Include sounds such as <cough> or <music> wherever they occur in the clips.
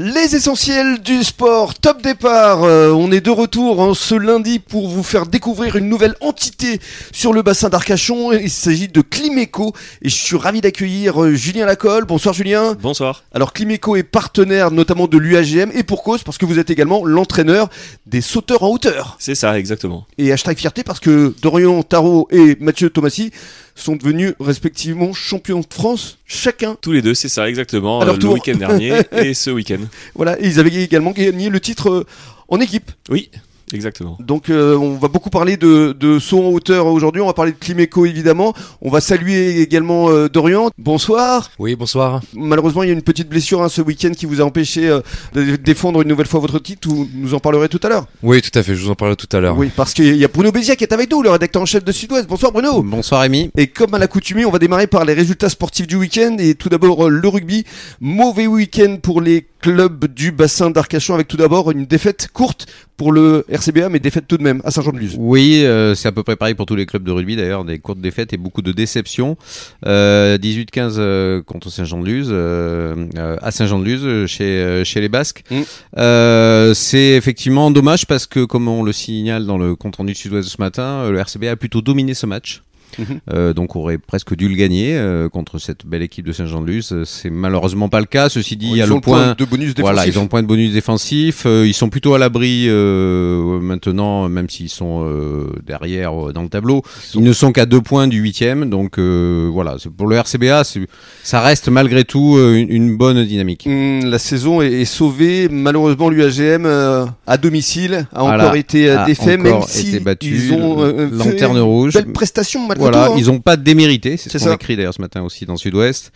Les essentiels du sport, top départ. Euh, on est de retour hein, ce lundi pour vous faire découvrir une nouvelle entité sur le bassin d'Arcachon. Il s'agit de Climeco et je suis ravi d'accueillir euh, Julien Lacolle. Bonsoir Julien. Bonsoir. Alors Climeco est partenaire notamment de l'UAGM et pour cause parce que vous êtes également l'entraîneur des sauteurs en hauteur. C'est ça, exactement. Et hashtag fierté parce que Dorian Tarot et Mathieu Thomasy sont devenus respectivement champions de France chacun. Tous les deux, c'est ça, exactement. À leur euh, le tour. week-end dernier et ce week-end. Voilà, et ils avaient également gagné le titre euh, en équipe. Oui, exactement. Donc euh, on va beaucoup parler de, de saut en hauteur aujourd'hui, on va parler de Climéco évidemment, on va saluer également euh, Dorian, bonsoir. Oui, bonsoir. Malheureusement il y a une petite blessure hein, ce week-end qui vous a empêché euh, de défendre une nouvelle fois votre titre, vous nous en parlerez tout à l'heure. Oui, tout à fait, je vous en parlerai tout à l'heure. Oui, parce qu'il y a Bruno Béziat qui est avec nous, le rédacteur en chef de Sud-Ouest, bonsoir Bruno. Bonsoir, Rémi. Et comme à l'accoutumée, on va démarrer par les résultats sportifs du week-end et tout d'abord euh, le rugby. Mauvais week-end pour les clubs du bassin d'Arcachon avec tout d'abord une défaite courte pour le RCBA mais défaite tout de même à Saint-Jean-de-Luz. Oui, euh, c'est à peu près pareil pour tous les clubs de rugby d'ailleurs, des courtes défaites et beaucoup de déceptions. Euh, 18-15 euh, contre Saint-Jean-de-Luz, euh, euh, à Saint-Jean-de-Luz, euh, chez, euh, chez les Basques. Mm. Euh, c'est effectivement dommage parce que, comme on le signale dans le compte-rendu de Sud-Ouest ce matin, euh, le RCBA a plutôt dominé ce match. Mhm. Euh, donc aurait presque dû le gagner euh, contre cette belle équipe de Saint-Jean-de-Luz. Euh, C'est malheureusement pas le cas. Ceci dit, il y a Ils ont le point, de bonus défensif. voilà, ils ont le point de bonus défensif. euh, ils sont plutôt à l'abri euh, maintenant, même s'ils sont euh, derrière euh, dans le tableau. Ils, ne sont qu'à deux points du huitième. Donc euh, voilà, c'est- pour le RCBA, c'est- ça reste malgré tout euh, une, une bonne dynamique. Hmm, la saison est, est sauvée. Malheureusement, l'UAGM euh, à domicile a Voilà, encore été euh, A défait, Ah, encore même si été battu, ils ont le- euh, fait lanterne une rouge. belle prestation malgré Voilà, tout. hein. ils n'ont pas démérité, c'est C'est ce qu'on ça. écrit d'ailleurs ce matin aussi dans Sud-Ouest.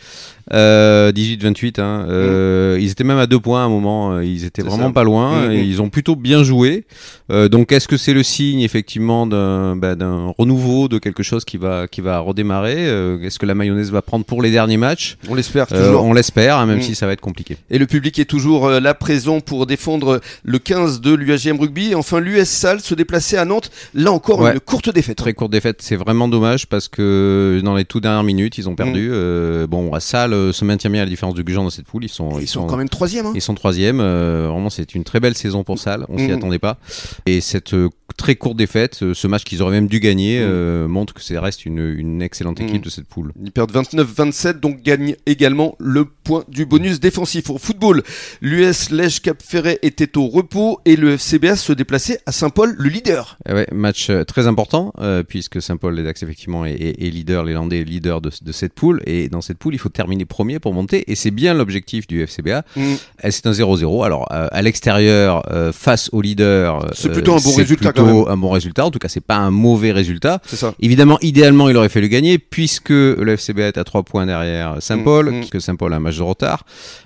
Euh, 18-28, hein, euh, ils étaient même à deux points à un moment, euh, ils étaient Mm. C'est vraiment ça. pas loin, Mm, et mm. ils ont plutôt bien joué. Euh, donc est-ce que c'est le signe effectivement d'un bah, d'un renouveau, de quelque chose qui va, qui va redémarrer Euh, Est-ce que la mayonnaise va prendre pour les derniers matchs On l'espère Euh, toujours. On l'espère, hein, même Mm. si ça va être compliqué. Et le public est toujours euh, là présent pour défendre le 15 de l'UAGM rugby. Et enfin, l'US Salle se déplaçait à Nantes. Là encore, Ouais. une courte défaite. Très courte défaite, c'est vraiment dommage parce que euh, dans les tout dernières minutes, ils ont Mm. perdu. Euh, bon, à Salle euh, se maintient bien à la différence du Gujan dans cette poule. Ils sont, Ils sont quand même troisième. hein. Ils sont troisième. euh, vraiment, c'est une très belle saison pour Salle. On s'y Mm. attendait pas. Et cette euh, très courte défaite, euh, ce match qu'ils auraient même dû gagner, euh, montre que ça reste une, une excellente équipe Mm. de cette poule. Ils perdent 29-27, donc gagnent également le point du bonus défensif. Au football, l'US Lège Cap Ferret était au repos et le FCBA se déplaçait à Saint-Paul, le leader. Eh ouais, match euh, très important euh, puisque Saint-Paul les Dax effectivement est, est- est leader, les Landais est leader de, de cette poule. Et dans cette poule, il faut terminer premier pour monter. Et c'est bien l'objectif du FCBA. Mm. Eh, C'est un 0-0. Alors euh, à l'extérieur, euh, face au leader, euh, C'est plutôt un bon c'est résultat, quand plutôt un bon résultat. En tout cas, c'est pas un mauvais résultat. C'est ça. Évidemment, idéalement, il aurait fallu gagner puisque le FCB est à 3 points derrière Saint-Paul, Mm, mm. que Saint-Paul a un match de retard.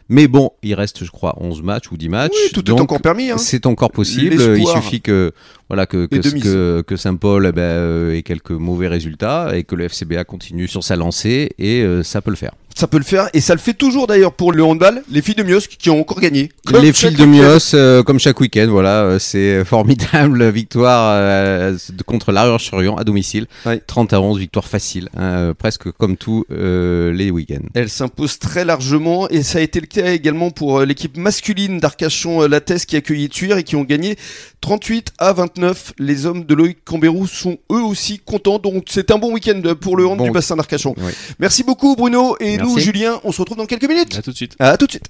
Mais bon, il reste, je crois, 11 matchs ou 10 matchs. Oui, tout donc, est encore permis. Hein. C'est encore possible. L'espoir. Il suffit que voilà que que, Et de mise. que, que Saint-Paul eh ben, euh, ait quelques mauvais résultats et que le FCBA continue sur sa lancée et euh, ça peut le faire. Ça peut le faire et ça le fait toujours d'ailleurs pour le handball. Les filles de Miosque qui ont encore gagné. Comme Les chaque fils de week-end. Mios, euh, comme chaque week-end, voilà, euh, c'est <laughs> formidable victoire euh, de- contre l'Arrière-Churion à domicile. Ouais. 30 à 11, victoire facile, hein, euh, presque comme tous euh, les week-ends. Elle s'impose très largement et ça a été le cas également pour euh, l'équipe masculine d'Arcachon euh, Lattès qui a accueilli Tuir et qui ont gagné 38 à 29. Les hommes de Loïc Cambérou sont eux aussi contents donc c'est un bon week-end pour le hand Bon. du bassin d'Arcachon. Oui. Merci beaucoup Bruno et Merci. nous Julien, on se retrouve dans quelques minutes. À tout de suite. À tout de suite.